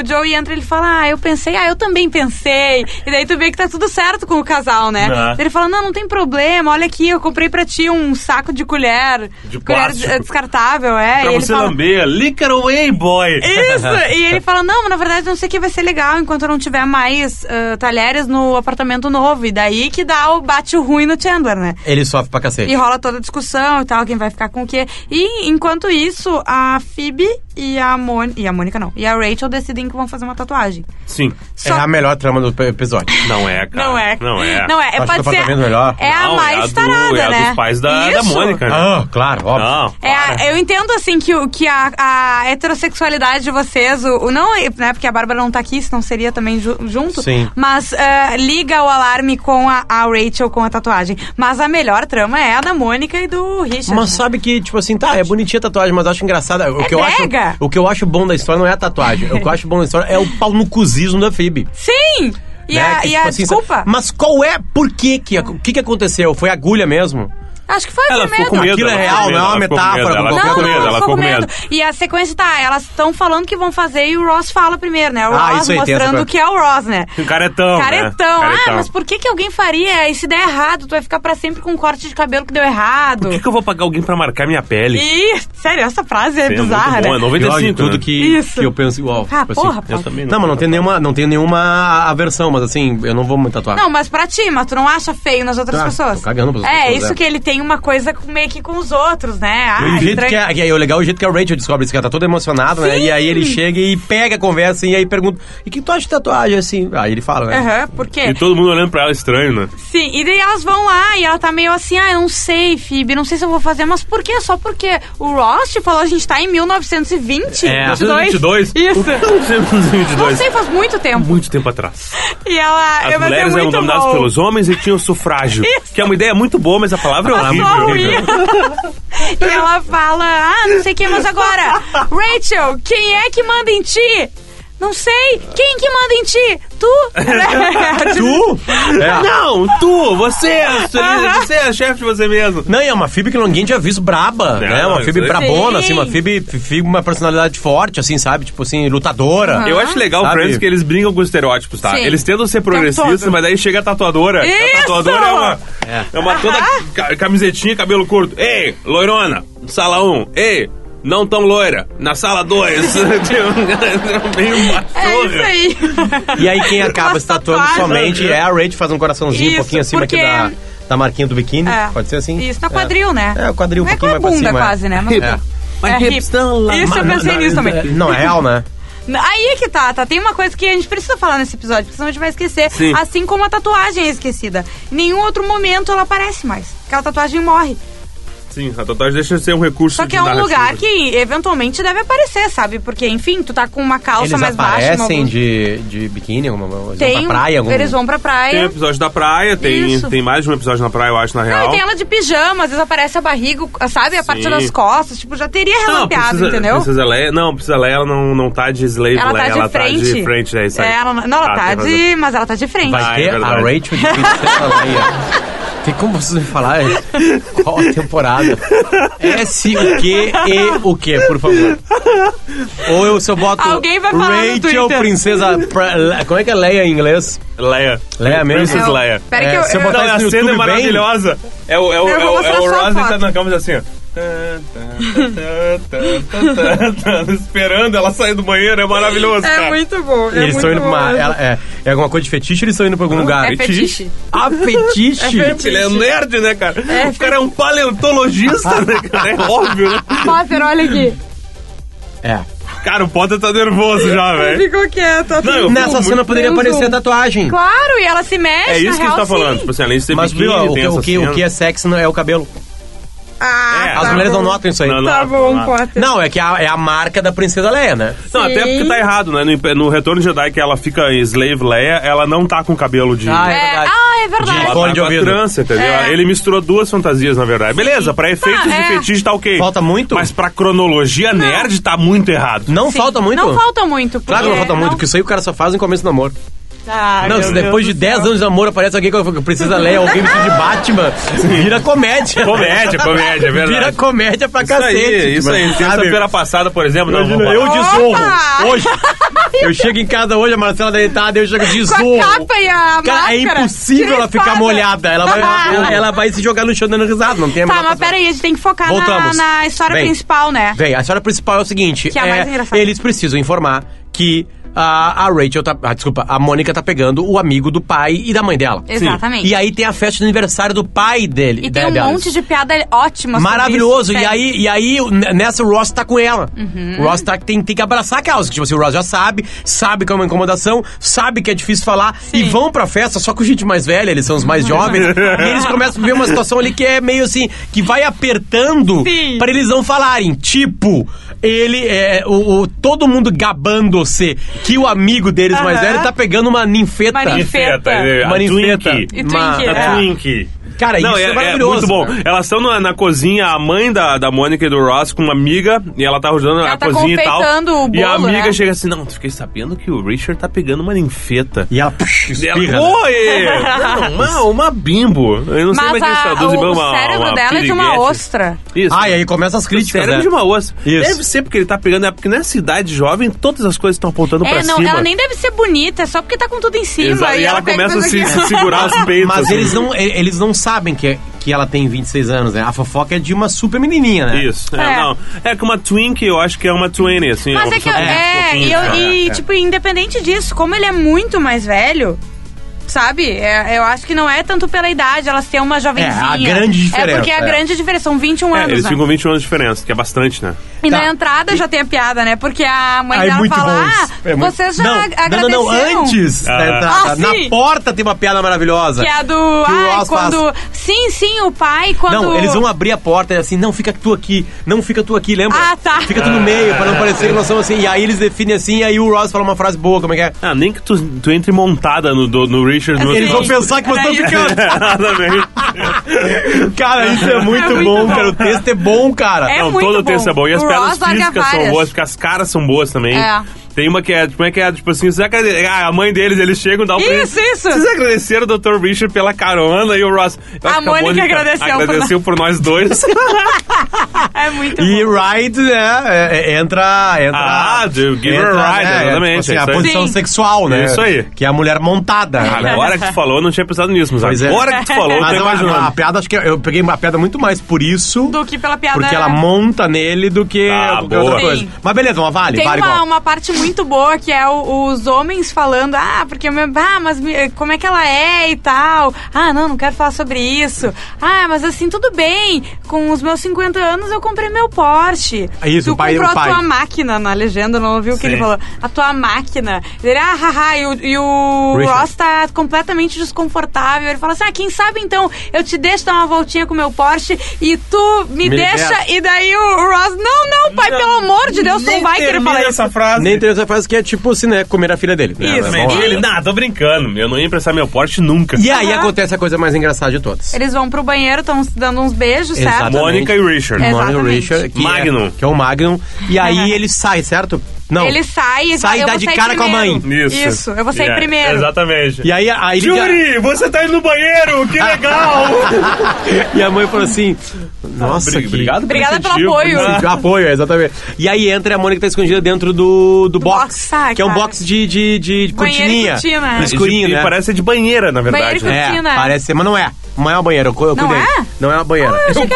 [SPEAKER 1] o Joey entra e ele fala, ah, eu pensei, ah, eu também pensei. E daí tu vê que tá tudo certo com o casal, né?
[SPEAKER 2] Ah.
[SPEAKER 1] Ele fala, não, não tem problema, olha aqui, eu comprei pra ti um saco de colher.
[SPEAKER 2] De
[SPEAKER 1] colher
[SPEAKER 2] plástico.
[SPEAKER 1] eh, descartável, é.
[SPEAKER 2] pra
[SPEAKER 1] e ele
[SPEAKER 2] você
[SPEAKER 1] fala,
[SPEAKER 2] lamber. Lick it
[SPEAKER 1] (laughs)
[SPEAKER 2] away, boy.
[SPEAKER 1] isso!
[SPEAKER 2] (laughs)
[SPEAKER 1] E ele fala: não, mas na verdade não sei o que vai ser legal enquanto eu não tiver mais ah, talheres no apartamento novo. E daí que dá o bate o ruim no Chandler, né?
[SPEAKER 3] Ele sofre pra
[SPEAKER 1] E
[SPEAKER 3] cacete.
[SPEAKER 1] rola toda a discussão e tal, quem vai ficar com o quê. E enquanto isso, a Phoebe e a Mônica. E a Mônica não. E a Rachel decidem que vão fazer uma tatuagem.
[SPEAKER 2] Sim.
[SPEAKER 3] É a melhor trama do pe- episódio.
[SPEAKER 2] Não é, cara.
[SPEAKER 1] Não é.
[SPEAKER 2] Não é.
[SPEAKER 1] Não é.
[SPEAKER 3] Acho
[SPEAKER 1] pode
[SPEAKER 3] que tá
[SPEAKER 1] ser.
[SPEAKER 3] fazendo melhor.
[SPEAKER 1] É a
[SPEAKER 2] Não,
[SPEAKER 1] mais
[SPEAKER 2] do-
[SPEAKER 1] tarada,
[SPEAKER 2] é a
[SPEAKER 1] né?
[SPEAKER 2] dos pais da, da
[SPEAKER 1] Isso.
[SPEAKER 2] Mônica. né?
[SPEAKER 3] Ah, claro, óbvio.
[SPEAKER 2] Não.
[SPEAKER 1] É,
[SPEAKER 2] para.
[SPEAKER 1] eu entendo, assim, que, o- que a, a heterossexualidade de vocês, o, o- não, né, porque a Bárbara não tá aqui, senão seria também ju- junto.
[SPEAKER 3] Sim.
[SPEAKER 1] Mas eh, liga o alarme com a, a Rachel com a tatuagem. Mas a melhor trama é a da Mônica e do Richard.
[SPEAKER 3] Mas
[SPEAKER 1] né?
[SPEAKER 3] sabe que, tipo assim, tá, é bonitinha a tatuagem, mas acho engraçada. O,
[SPEAKER 1] É
[SPEAKER 3] que eu acho,
[SPEAKER 1] brega.
[SPEAKER 3] o que eu acho bom da história não é a tatuagem. o que eu acho bom da história é o pau no cuzismo da Phoebe.
[SPEAKER 1] Sim! E
[SPEAKER 3] né?
[SPEAKER 1] a,
[SPEAKER 3] Que,
[SPEAKER 1] e
[SPEAKER 3] tipo
[SPEAKER 1] a-
[SPEAKER 3] assim,
[SPEAKER 1] desculpa?
[SPEAKER 3] Mas qual é? Por que que? O que que aconteceu? Foi agulha mesmo?
[SPEAKER 1] Acho que foi
[SPEAKER 2] Ela
[SPEAKER 1] a
[SPEAKER 2] ficou
[SPEAKER 1] primeira.
[SPEAKER 2] com medo.
[SPEAKER 3] Aquilo é
[SPEAKER 2] ela
[SPEAKER 3] real,
[SPEAKER 2] ficou com
[SPEAKER 3] não é uma
[SPEAKER 2] medo,
[SPEAKER 3] metáfora com
[SPEAKER 2] Ela
[SPEAKER 1] Não,
[SPEAKER 2] ficou com
[SPEAKER 1] não,
[SPEAKER 2] medo, ela
[SPEAKER 1] ficou
[SPEAKER 2] ficou com medo.
[SPEAKER 1] E a sequência tá, elas estão falando que vão fazer e o Ross fala primeiro, né? O
[SPEAKER 3] Ah,
[SPEAKER 1] Ross
[SPEAKER 3] isso aí, tem essa
[SPEAKER 1] mostrando
[SPEAKER 3] coisa.
[SPEAKER 1] que é o Ross, né?
[SPEAKER 2] Caretão, né?
[SPEAKER 1] Caretão. Ah,
[SPEAKER 2] Caretão.
[SPEAKER 1] mas por que, que alguém faria? E se der errado, tu vai ficar pra sempre com um corte de cabelo que deu errado.
[SPEAKER 2] Por que, que eu vou pagar alguém pra marcar minha pele?
[SPEAKER 1] Ih, sério, essa frase é
[SPEAKER 2] Sim, é
[SPEAKER 1] bizarra,
[SPEAKER 2] muito bom,
[SPEAKER 1] né?
[SPEAKER 2] é novo. 95,
[SPEAKER 3] Pior de tudo
[SPEAKER 2] né?
[SPEAKER 3] que,
[SPEAKER 1] Isso.
[SPEAKER 3] que eu penso igual.
[SPEAKER 1] Ah, porra,
[SPEAKER 3] assim.
[SPEAKER 1] pô.
[SPEAKER 3] Não, mas não tem nenhuma, não tem nenhuma aversão, mas assim, eu não vou me tatuar.
[SPEAKER 1] Não, mas pra ti, mas tu não acha feio nas outras
[SPEAKER 3] Tá,
[SPEAKER 1] pessoas?
[SPEAKER 3] tô cagando pras
[SPEAKER 1] É,
[SPEAKER 3] pessoas,
[SPEAKER 1] isso
[SPEAKER 3] é.
[SPEAKER 1] que ele tem uma coisa com- meio que com os outros, né?
[SPEAKER 3] E
[SPEAKER 1] Ah,
[SPEAKER 3] o jeito
[SPEAKER 1] estranho.
[SPEAKER 3] que a- que é, o legal é o jeito que a Rachel descobre isso, que ela tá toda emocionada, né? E aí ele chega e pega a conversa e aí pergunta: E que tu acha de tatuagem assim? Aí ele fala, né?
[SPEAKER 1] Aham, por quê?
[SPEAKER 2] E todo mundo olhando pra ela estranho, né?
[SPEAKER 1] Sim, e daí elas vão lá e ela tá meio assim, ah, eu não sei, Phoebe, não sei se eu vou fazer, mas por quê? Só porque o Ross te falou, a gente tá em 1920,
[SPEAKER 2] É,
[SPEAKER 1] 22.
[SPEAKER 2] 1922.
[SPEAKER 1] Isso.
[SPEAKER 2] 1922.
[SPEAKER 1] Não sei, faz muito tempo.
[SPEAKER 2] Muito tempo atrás.
[SPEAKER 1] E ela...
[SPEAKER 2] As
[SPEAKER 1] é, mas
[SPEAKER 2] mulheres
[SPEAKER 1] é
[SPEAKER 2] eram
[SPEAKER 1] muito
[SPEAKER 2] dominadas
[SPEAKER 1] bom.
[SPEAKER 2] pelos homens e tinham o sufrágio. Que é uma ideia muito boa, mas a palavra é horrível.
[SPEAKER 1] Tá só (laughs) E ela fala, ah, não sei o que, mas agora, Rachel, quem é que manda em ti? Não sei. Quem que manda em ti? Tu?
[SPEAKER 3] Tu?
[SPEAKER 1] (laughs)
[SPEAKER 3] É.
[SPEAKER 2] Não, tu, você, Celina, você é chefe de você mesmo.
[SPEAKER 3] Não, e é uma Phoebe que não de aviso braba, né? Uma
[SPEAKER 2] isso
[SPEAKER 3] Phoebe
[SPEAKER 2] aí.
[SPEAKER 3] brabona, assim,
[SPEAKER 1] Sim.
[SPEAKER 3] uma Phoebe, Phoebe com uma personalidade forte, assim, sabe? Tipo assim, lutadora.
[SPEAKER 1] Aham.
[SPEAKER 2] Eu acho legal o
[SPEAKER 3] Sabe?
[SPEAKER 2] Friends que eles brincam com estereótipos, tá?
[SPEAKER 1] Sim.
[SPEAKER 2] Eles tentam ser
[SPEAKER 1] todo.
[SPEAKER 2] progressistas, mas aí chega a tatuadora.
[SPEAKER 1] Isso!
[SPEAKER 2] A tatuadora é uma, é. uma toda ca- camisetinha, cabelo curto. Ei, loirona, sala 1. Um. Ei, não tão loira, na sala 2.
[SPEAKER 1] (laughs)
[SPEAKER 2] (laughs) Meio
[SPEAKER 1] É isso
[SPEAKER 2] maçorra.
[SPEAKER 1] aí.
[SPEAKER 3] E aí quem acaba
[SPEAKER 1] Uma
[SPEAKER 3] se tatuando
[SPEAKER 1] tatuagem.
[SPEAKER 3] somente é a Rachel, faz um coraçãozinho um
[SPEAKER 1] Isso,
[SPEAKER 3] pouquinho acima
[SPEAKER 1] porque-
[SPEAKER 3] aqui da, da marquinha do biquíni.
[SPEAKER 1] É.
[SPEAKER 3] Pode ser assim?
[SPEAKER 1] Isso, na
[SPEAKER 3] É.
[SPEAKER 1] quadril, né?
[SPEAKER 3] É, o quadril um
[SPEAKER 1] Não é com
[SPEAKER 3] pouquinho
[SPEAKER 1] a
[SPEAKER 3] mais pra
[SPEAKER 1] bunda
[SPEAKER 3] cima, é.
[SPEAKER 1] quase, né? Mas
[SPEAKER 3] É.
[SPEAKER 1] É, hips
[SPEAKER 2] estão lá.
[SPEAKER 1] Isso, eu
[SPEAKER 2] Mas-
[SPEAKER 1] pensei nisso também.
[SPEAKER 3] Não, é real, né?
[SPEAKER 1] Aí que tá, tá. Tem uma coisa que a gente precisa falar nesse episódio, porque senão a gente vai esquecer.
[SPEAKER 2] Sim.
[SPEAKER 1] Assim como a tatuagem é esquecida. Em nenhum outro momento ela aparece mais. Aquela tatuagem morre.
[SPEAKER 2] Sim, a tatuagem deixa de ser um recurso
[SPEAKER 1] Só que
[SPEAKER 2] de
[SPEAKER 1] é um
[SPEAKER 2] narrativa.
[SPEAKER 1] lugar que eventualmente deve aparecer, sabe? Porque, enfim, tu tá com uma calça
[SPEAKER 3] Eles
[SPEAKER 1] mais baixa. uma
[SPEAKER 3] aparecem
[SPEAKER 1] blusa-
[SPEAKER 3] de, de biquíni, alguma coisa?
[SPEAKER 1] Tem,
[SPEAKER 3] Pra praia, alguma
[SPEAKER 1] Eles vão pra
[SPEAKER 2] Tem
[SPEAKER 1] praia.
[SPEAKER 2] episódio da praia, tem,
[SPEAKER 1] é. Isso.
[SPEAKER 2] tem mais de um episódio na praia, eu acho, na
[SPEAKER 1] Não, e
[SPEAKER 2] real.
[SPEAKER 1] tem ela de pijama, às vezes aparece a barriga, sabe? A parte
[SPEAKER 2] Sim.
[SPEAKER 1] das costas. Tipo, já teria
[SPEAKER 2] Não,
[SPEAKER 1] relampeado,
[SPEAKER 2] precisa,
[SPEAKER 1] entendeu?
[SPEAKER 2] precisa Leia, não, precisa Leia, ela não, não tá de slave
[SPEAKER 1] Ela tá
[SPEAKER 2] Leia,
[SPEAKER 1] de
[SPEAKER 2] ela
[SPEAKER 1] frente.
[SPEAKER 2] tá de frente, é isso aí.
[SPEAKER 1] É, ela, não, ela
[SPEAKER 2] Ah,
[SPEAKER 1] tá
[SPEAKER 2] tem razão.
[SPEAKER 1] de. Mas ela tá de frente.
[SPEAKER 3] Vai
[SPEAKER 2] Ah, é
[SPEAKER 3] ter a
[SPEAKER 2] verdade.
[SPEAKER 3] Rachel de Princesa Leia. Tem como vocês me falarem qual a temporada? S, o que e o que, por favor. Ou eu, se eu boto
[SPEAKER 1] Alguém vai falar no
[SPEAKER 3] Rachel
[SPEAKER 1] Twitter.
[SPEAKER 3] Princesa... Pra- Le- Como é que é Leia em inglês?
[SPEAKER 2] Leia.
[SPEAKER 3] Leia mesmo?
[SPEAKER 2] Princess
[SPEAKER 1] Eu-
[SPEAKER 2] Leia.
[SPEAKER 1] Pera que
[SPEAKER 3] É,
[SPEAKER 1] eu.
[SPEAKER 3] se eu
[SPEAKER 1] eu-
[SPEAKER 3] botar-
[SPEAKER 2] Não,
[SPEAKER 3] Mas
[SPEAKER 2] a
[SPEAKER 3] no
[SPEAKER 2] cena é
[SPEAKER 3] YouTube bem?
[SPEAKER 2] maravilhosa. É o, é o,
[SPEAKER 1] Eu
[SPEAKER 2] é
[SPEAKER 1] vou
[SPEAKER 2] o,
[SPEAKER 1] mostrar
[SPEAKER 2] é o
[SPEAKER 1] só a
[SPEAKER 2] Ross
[SPEAKER 1] foto.
[SPEAKER 2] tá na cama assim, ó. (laughs) Tã, tã, tã, tã, tã, tã, Esperando ela sair do banheiro, é maravilhoso,
[SPEAKER 1] É
[SPEAKER 2] cara.
[SPEAKER 1] muito bom. É
[SPEAKER 3] eles
[SPEAKER 1] muito
[SPEAKER 3] estão indo pra uma...
[SPEAKER 1] bom.
[SPEAKER 3] ela- é, é alguma coisa de fetiche ou eles estão indo pra algum
[SPEAKER 1] (laughs)
[SPEAKER 3] lugar?
[SPEAKER 1] É fetiche.
[SPEAKER 3] Ah, fetiche?
[SPEAKER 2] Ele é nerd, né, cara? o cara é um paleontologista, né, cara? É óbvio, né?
[SPEAKER 1] Potter, olha aqui.
[SPEAKER 3] É.
[SPEAKER 2] Cara, o Potter tá nervoso já, velho.
[SPEAKER 1] Ficou quieto.
[SPEAKER 2] Não, eu-
[SPEAKER 3] Nessa cena poderia
[SPEAKER 1] Deus,
[SPEAKER 3] aparecer
[SPEAKER 1] um-
[SPEAKER 3] a tatuagem.
[SPEAKER 1] Claro, e ela se mexe.
[SPEAKER 2] É
[SPEAKER 1] na
[SPEAKER 2] isso que a gente
[SPEAKER 1] real,
[SPEAKER 2] tá falando.
[SPEAKER 1] sim.
[SPEAKER 2] Tipo assim, além de ser
[SPEAKER 3] Mas viu,
[SPEAKER 2] biquíni,
[SPEAKER 3] ó, o,
[SPEAKER 2] tem
[SPEAKER 3] que, o,
[SPEAKER 2] essa
[SPEAKER 3] que, o
[SPEAKER 2] cena.
[SPEAKER 3] que é sexy não é o cabelo.
[SPEAKER 1] Ah,
[SPEAKER 2] É,
[SPEAKER 1] tá
[SPEAKER 3] As mulheres
[SPEAKER 1] bom.
[SPEAKER 3] não notam isso aí.
[SPEAKER 2] Não,
[SPEAKER 3] Não,
[SPEAKER 2] não.
[SPEAKER 1] Tá bom,
[SPEAKER 2] Ah.
[SPEAKER 1] Potter.
[SPEAKER 3] é que a- é a marca da princesa Leia, né?
[SPEAKER 2] Não,
[SPEAKER 1] Sim.
[SPEAKER 2] até porque tá errado, né? No, no Retorno de Jedi, que ela fica em Slave Leia, ela não tá com cabelo de...
[SPEAKER 3] Ah, é.
[SPEAKER 1] É,
[SPEAKER 3] verdade.
[SPEAKER 1] ah, é
[SPEAKER 2] Ela
[SPEAKER 1] verdade.
[SPEAKER 3] De
[SPEAKER 2] tá
[SPEAKER 3] fone
[SPEAKER 2] com a
[SPEAKER 3] ouvido.
[SPEAKER 2] trança, entendeu?
[SPEAKER 1] É.
[SPEAKER 2] Ele misturou duas fantasias, na verdade. Beleza, pra efeitos
[SPEAKER 1] Tá,
[SPEAKER 2] de
[SPEAKER 1] é.
[SPEAKER 2] fetiche tá ok.
[SPEAKER 3] Falta muito?
[SPEAKER 2] Mas pra cronologia nerd tá muito errado.
[SPEAKER 3] Não
[SPEAKER 1] Sim.
[SPEAKER 3] falta muito?
[SPEAKER 1] Não falta muito. é,
[SPEAKER 3] Claro que não falta muito, porque isso aí o cara só faz no começo do namoro. não, se depois de 10 anos de namoro aparece alguém que precisa ler, alguém vestido de Batman, vira comédia.
[SPEAKER 2] Comédia, comédia, é
[SPEAKER 3] Vira
[SPEAKER 2] verdade.
[SPEAKER 3] comédia pra
[SPEAKER 2] Isso
[SPEAKER 3] cacete.
[SPEAKER 2] aí, isso
[SPEAKER 3] tipo,
[SPEAKER 2] aí.
[SPEAKER 3] sabe?
[SPEAKER 2] Terça-feira passada, por exemplo, não,
[SPEAKER 3] Imagina,
[SPEAKER 2] vamos
[SPEAKER 3] eu
[SPEAKER 2] falar.
[SPEAKER 3] de
[SPEAKER 1] Opa!
[SPEAKER 3] zorro, hoje. Eu chego em casa hoje, a Marcela tá deitada, eu chego de
[SPEAKER 1] Com a
[SPEAKER 3] zorro.
[SPEAKER 1] capa e a
[SPEAKER 3] Cara, é
[SPEAKER 1] máscara.
[SPEAKER 3] impossível
[SPEAKER 1] Tira a
[SPEAKER 3] ela ficar
[SPEAKER 1] espada.
[SPEAKER 3] molhada. Ela vai, ela- ela vai se jogar no chão dando risada, não tem a
[SPEAKER 1] Tá,
[SPEAKER 3] menor
[SPEAKER 1] mas
[SPEAKER 3] razão.
[SPEAKER 1] peraí, a gente tem que focar na,
[SPEAKER 3] Voltamos.
[SPEAKER 1] na história
[SPEAKER 3] Vem.
[SPEAKER 1] principal, né?
[SPEAKER 3] Vem, a história principal é o seguinte:
[SPEAKER 1] Que é a mais engraçada.
[SPEAKER 3] eles precisam informar que a, a Rachel tá. ah, desculpa, a Mônica tá pegando o amigo do pai e da mãe dela.
[SPEAKER 1] Exatamente.
[SPEAKER 3] E aí tem a festa de aniversário do pai dele.
[SPEAKER 1] E
[SPEAKER 3] de-
[SPEAKER 1] tem um
[SPEAKER 3] delas.
[SPEAKER 1] monte de piada ótima. sobre isso,
[SPEAKER 3] Maravilhoso.
[SPEAKER 1] Uhum. sério.
[SPEAKER 3] e, aí, e aí, n- nessa, o Ross tá com ela. O Ross tá, tem, tem que abraçar a causa. que, Tipo assim, o Ross já sabe, sabe que é uma incomodação, sabe que é difícil falar. E vão pra festa só com gente mais velha, eles são os mais jovens.
[SPEAKER 1] (laughs)
[SPEAKER 3] e eles começam a ver uma situação ali que é meio assim, que vai apertando
[SPEAKER 1] Sim.
[SPEAKER 3] pra eles não falarem. Tipo, ele é. O, o- todo mundo gabando-se que o amigo deles mais
[SPEAKER 1] Aham.
[SPEAKER 3] velho tá pegando uma ninfeta.
[SPEAKER 1] Uma ninfeta.
[SPEAKER 2] Feta, é, a
[SPEAKER 3] Uma ninfeta.
[SPEAKER 2] Twinkie.
[SPEAKER 1] E Twinkie,
[SPEAKER 3] Uma-
[SPEAKER 1] é.
[SPEAKER 2] A Twinkie.
[SPEAKER 3] Cara,
[SPEAKER 2] Não,
[SPEAKER 3] isso é,
[SPEAKER 2] é, é muito
[SPEAKER 3] maravilhoso.
[SPEAKER 2] bom.
[SPEAKER 3] cara.
[SPEAKER 2] Elas estão na, na cozinha, a mãe da, da Mônica e do Ross com uma amiga, e ela tá rodando
[SPEAKER 1] Ela
[SPEAKER 2] a
[SPEAKER 1] tá
[SPEAKER 2] cozinha e tal.
[SPEAKER 1] confeitando o
[SPEAKER 2] e a
[SPEAKER 1] bolo,
[SPEAKER 2] amiga
[SPEAKER 1] né?
[SPEAKER 2] chega assim: Não, fiquei sabendo que o Richard tá pegando uma ninfeta.
[SPEAKER 3] E ela pux,
[SPEAKER 2] E ela,
[SPEAKER 3] espirra. né?
[SPEAKER 1] (laughs)
[SPEAKER 2] Oi! uma, uma bimbo. Eu não sei como
[SPEAKER 1] Mas
[SPEAKER 2] é que eles
[SPEAKER 1] a-
[SPEAKER 2] traduzem
[SPEAKER 1] o,
[SPEAKER 2] bimbo,
[SPEAKER 1] o
[SPEAKER 2] uma,
[SPEAKER 1] cérebro
[SPEAKER 2] uma
[SPEAKER 1] dela é de uma
[SPEAKER 2] piriguete.
[SPEAKER 1] ostra.
[SPEAKER 2] Isso.
[SPEAKER 3] Ah, e aí começa as críticas,
[SPEAKER 2] Cérebro
[SPEAKER 3] né?
[SPEAKER 2] de uma ostra.
[SPEAKER 3] Isso.
[SPEAKER 2] Deve ser porque ele tá pegando, é porque nessa idade jovem todas as coisas estão apontando pra
[SPEAKER 1] É, não,
[SPEAKER 2] cima.
[SPEAKER 1] ela nem deve ser bonita, é só porque tá com tudo em cima.
[SPEAKER 2] Exato,
[SPEAKER 1] e
[SPEAKER 2] e ela
[SPEAKER 1] pega
[SPEAKER 2] começa a
[SPEAKER 1] coisa
[SPEAKER 3] assim,
[SPEAKER 2] se,
[SPEAKER 1] aqui.
[SPEAKER 3] né?
[SPEAKER 2] se segurar os peitos.
[SPEAKER 3] Mas
[SPEAKER 2] assim.
[SPEAKER 3] eles não, e- eles não sabem que, é, que ela tem 26 anos, né? A fofoca é de uma super menininha, né?
[SPEAKER 2] Isso. É,
[SPEAKER 1] É.
[SPEAKER 2] não. É que uma Twink, eu acho que é uma Twinny, assim.
[SPEAKER 1] Mas
[SPEAKER 2] uma
[SPEAKER 1] é que,
[SPEAKER 2] pessoa
[SPEAKER 1] é,
[SPEAKER 2] fofinha,
[SPEAKER 1] e, eu-
[SPEAKER 2] cara.
[SPEAKER 1] e,
[SPEAKER 2] É.
[SPEAKER 1] tipo, independente disso, como ele é muito mais velho, sabe? É, eu acho que não é tanto pela idade, elas têm uma jovenzinha.
[SPEAKER 3] É, a grande
[SPEAKER 1] É
[SPEAKER 3] diferença,
[SPEAKER 1] porque a
[SPEAKER 3] é.
[SPEAKER 1] grande diferença, são 21
[SPEAKER 2] É,
[SPEAKER 1] anos,
[SPEAKER 2] eles
[SPEAKER 1] né?
[SPEAKER 2] ficam 21 anos de diferença, que é bastante, né?
[SPEAKER 1] E
[SPEAKER 3] Tá.
[SPEAKER 1] na entrada já tem a piada, né? Porque a mãe
[SPEAKER 3] Ah, é
[SPEAKER 1] dela
[SPEAKER 3] muito
[SPEAKER 1] fala,
[SPEAKER 3] bom
[SPEAKER 1] ah,
[SPEAKER 3] isso. É muito-
[SPEAKER 1] vocês já
[SPEAKER 3] não,
[SPEAKER 1] agradeceram.
[SPEAKER 3] Não, não, não, antes né,
[SPEAKER 2] Ah.
[SPEAKER 3] da entrada.
[SPEAKER 1] Ah, sim.
[SPEAKER 3] na porta tem uma piada maravilhosa.
[SPEAKER 1] Que é a do.
[SPEAKER 3] Que o
[SPEAKER 1] ah,
[SPEAKER 3] Ross
[SPEAKER 1] quando. Sim, sim, o pai, quando.
[SPEAKER 3] Não,
[SPEAKER 1] (laughs)
[SPEAKER 3] eles vão abrir a porta e assim, não, fica tu aqui, não fica tu aqui, lembra?
[SPEAKER 1] Ah, tá.
[SPEAKER 3] Fica tu no meio, pra não parecer que nós somos assim. E aí eles definem assim, e aí o Ross fala uma frase boa, como é que é?
[SPEAKER 2] Ah, nem que tu, tu entre montada no, do- no Richard no É,
[SPEAKER 3] Eles
[SPEAKER 1] Sim.
[SPEAKER 3] vão
[SPEAKER 2] (laughs)
[SPEAKER 3] pensar que você tá
[SPEAKER 1] Era isso.
[SPEAKER 3] ficando.
[SPEAKER 2] Exatamente.
[SPEAKER 3] (laughs) Cara, isso é muito,
[SPEAKER 1] muito
[SPEAKER 3] bom,
[SPEAKER 1] bom.
[SPEAKER 3] cara. O texto é bom, cara.
[SPEAKER 1] É
[SPEAKER 2] Não,
[SPEAKER 1] muito
[SPEAKER 2] todo
[SPEAKER 1] bom.
[SPEAKER 2] texto é bom. E as
[SPEAKER 1] O
[SPEAKER 2] piadas
[SPEAKER 1] Ross larga
[SPEAKER 2] físicas são
[SPEAKER 1] várias.
[SPEAKER 2] boas, porque as caras são boas também.
[SPEAKER 1] É.
[SPEAKER 2] Tem uma que é, como é que é, tipo assim, vocês acreditam, ah, a mãe deles, eles chegam e dão pra
[SPEAKER 1] Isso,
[SPEAKER 2] eles.
[SPEAKER 1] isso.
[SPEAKER 2] Vocês agradeceram o Dr. Richard pela carona e o Ross. Eu
[SPEAKER 1] A
[SPEAKER 2] acho que
[SPEAKER 1] Mônica agradeceu por
[SPEAKER 2] agradeceu por
[SPEAKER 1] (laughs)
[SPEAKER 2] nós dois.
[SPEAKER 1] É muito
[SPEAKER 3] E
[SPEAKER 1] bom.
[SPEAKER 3] ride, né, é, é, entra, entra...
[SPEAKER 2] Ah, de give her
[SPEAKER 3] entra,
[SPEAKER 2] ride,
[SPEAKER 3] né, é,
[SPEAKER 2] exatamente,
[SPEAKER 3] tipo assim,
[SPEAKER 2] é isso
[SPEAKER 3] a
[SPEAKER 2] aí.
[SPEAKER 3] posição
[SPEAKER 1] Sim.
[SPEAKER 3] sexual, né?
[SPEAKER 2] É isso aí. Ah,
[SPEAKER 3] Que é a mulher montada. né?
[SPEAKER 2] Agora que tu falou, eu não tinha pensado nisso, mas
[SPEAKER 3] Pois é.
[SPEAKER 2] agora que tu falou, um eu tô
[SPEAKER 3] Mas a, a,
[SPEAKER 2] imaginando.
[SPEAKER 3] piada, acho que eu peguei uma piada muito mais por isso,
[SPEAKER 1] Do que pela piada. né?
[SPEAKER 3] porque ela monta nele do que
[SPEAKER 2] Ah,
[SPEAKER 3] qualquer outra
[SPEAKER 2] boa.
[SPEAKER 3] coisa.
[SPEAKER 1] Sim.
[SPEAKER 3] Mas beleza, uma vale,
[SPEAKER 1] Tem
[SPEAKER 3] vale
[SPEAKER 1] uma,
[SPEAKER 3] igual.
[SPEAKER 1] uma parte muito boa que é o- os homens falando, ah, porque meu- ah, mas me- como é que ela é e tal? Ah, não, não quero falar sobre isso. Ah, mas assim, tudo bem. Com os meus 50 anos eu comprei meu Porsche.
[SPEAKER 3] É isso,
[SPEAKER 1] tu
[SPEAKER 3] o pai-
[SPEAKER 1] comprou
[SPEAKER 3] o
[SPEAKER 1] a
[SPEAKER 3] pai.
[SPEAKER 1] tua máquina na legenda, não ouviu o que
[SPEAKER 3] Sim.
[SPEAKER 1] ele falou? A tua máquina. Ele, ah, haha, e o, e o
[SPEAKER 3] Richard.
[SPEAKER 1] Ross tá completamente desconfortável. Ele fala assim: ah, quem sabe então eu te deixo dar uma voltinha com o meu Porsche e tu me,
[SPEAKER 3] Me
[SPEAKER 1] deixa.
[SPEAKER 3] liberta.
[SPEAKER 1] E daí o Ross, não, não, pai, pelo amor de Deus, não vai querer falar isso.
[SPEAKER 2] essa frase.
[SPEAKER 3] Nem tem essa frase que é tipo assim, né, comer a filha dele. né?
[SPEAKER 1] Isso.
[SPEAKER 3] Vamos lá.
[SPEAKER 2] E ele, não, tô brincando, eu não ia emprestar meu porte nunca.
[SPEAKER 3] E aí
[SPEAKER 1] Aham.
[SPEAKER 3] acontece a coisa mais engraçada de todas.
[SPEAKER 1] Eles vão pro banheiro, estão se dando uns beijos,
[SPEAKER 3] Exato.
[SPEAKER 1] certo?
[SPEAKER 2] Mônica e Richard.
[SPEAKER 1] É.
[SPEAKER 3] Norman
[SPEAKER 1] Exatamente.
[SPEAKER 3] Richard, que
[SPEAKER 2] Magnum.
[SPEAKER 3] É, que é o Magnum. E aí ele sai, certo? Não.
[SPEAKER 1] Ele sai e
[SPEAKER 3] Sai e
[SPEAKER 1] fala,
[SPEAKER 3] dá
[SPEAKER 1] eu vou
[SPEAKER 3] de
[SPEAKER 1] sair
[SPEAKER 3] cara com a
[SPEAKER 1] primeiro.
[SPEAKER 3] mãe.
[SPEAKER 2] Isso.
[SPEAKER 1] Isso, eu vou sair
[SPEAKER 2] Yeah,
[SPEAKER 1] primeiro.
[SPEAKER 2] Exatamente.
[SPEAKER 3] E aí, aí ele.
[SPEAKER 2] Yuri, você tá indo no banheiro, que legal!
[SPEAKER 3] E a mãe falou assim: (laughs) Nossa, que...
[SPEAKER 2] Obrigado
[SPEAKER 1] Obrigada pelo
[SPEAKER 2] incentivo.
[SPEAKER 1] apoio.
[SPEAKER 3] Esse Apoio, é, exatamente. E aí entra e a Mônica tá escondida dentro do, do, box,
[SPEAKER 1] box, ah,
[SPEAKER 3] que é um
[SPEAKER 1] cara.
[SPEAKER 3] box de, de,
[SPEAKER 1] Banheiro e
[SPEAKER 3] de cortininha.
[SPEAKER 1] cortina.
[SPEAKER 3] Com Escurinho,
[SPEAKER 2] E- e
[SPEAKER 3] né?
[SPEAKER 2] Parece de banheira, na verdade.
[SPEAKER 1] Banheiro e
[SPEAKER 2] né?
[SPEAKER 3] É,
[SPEAKER 1] cortina.
[SPEAKER 3] parece ser, mas não é. Não é uma banheira, eu, cu- eu
[SPEAKER 1] Não
[SPEAKER 3] cuidei.
[SPEAKER 1] é?
[SPEAKER 3] Não é uma banheira.
[SPEAKER 2] Eu cuidei.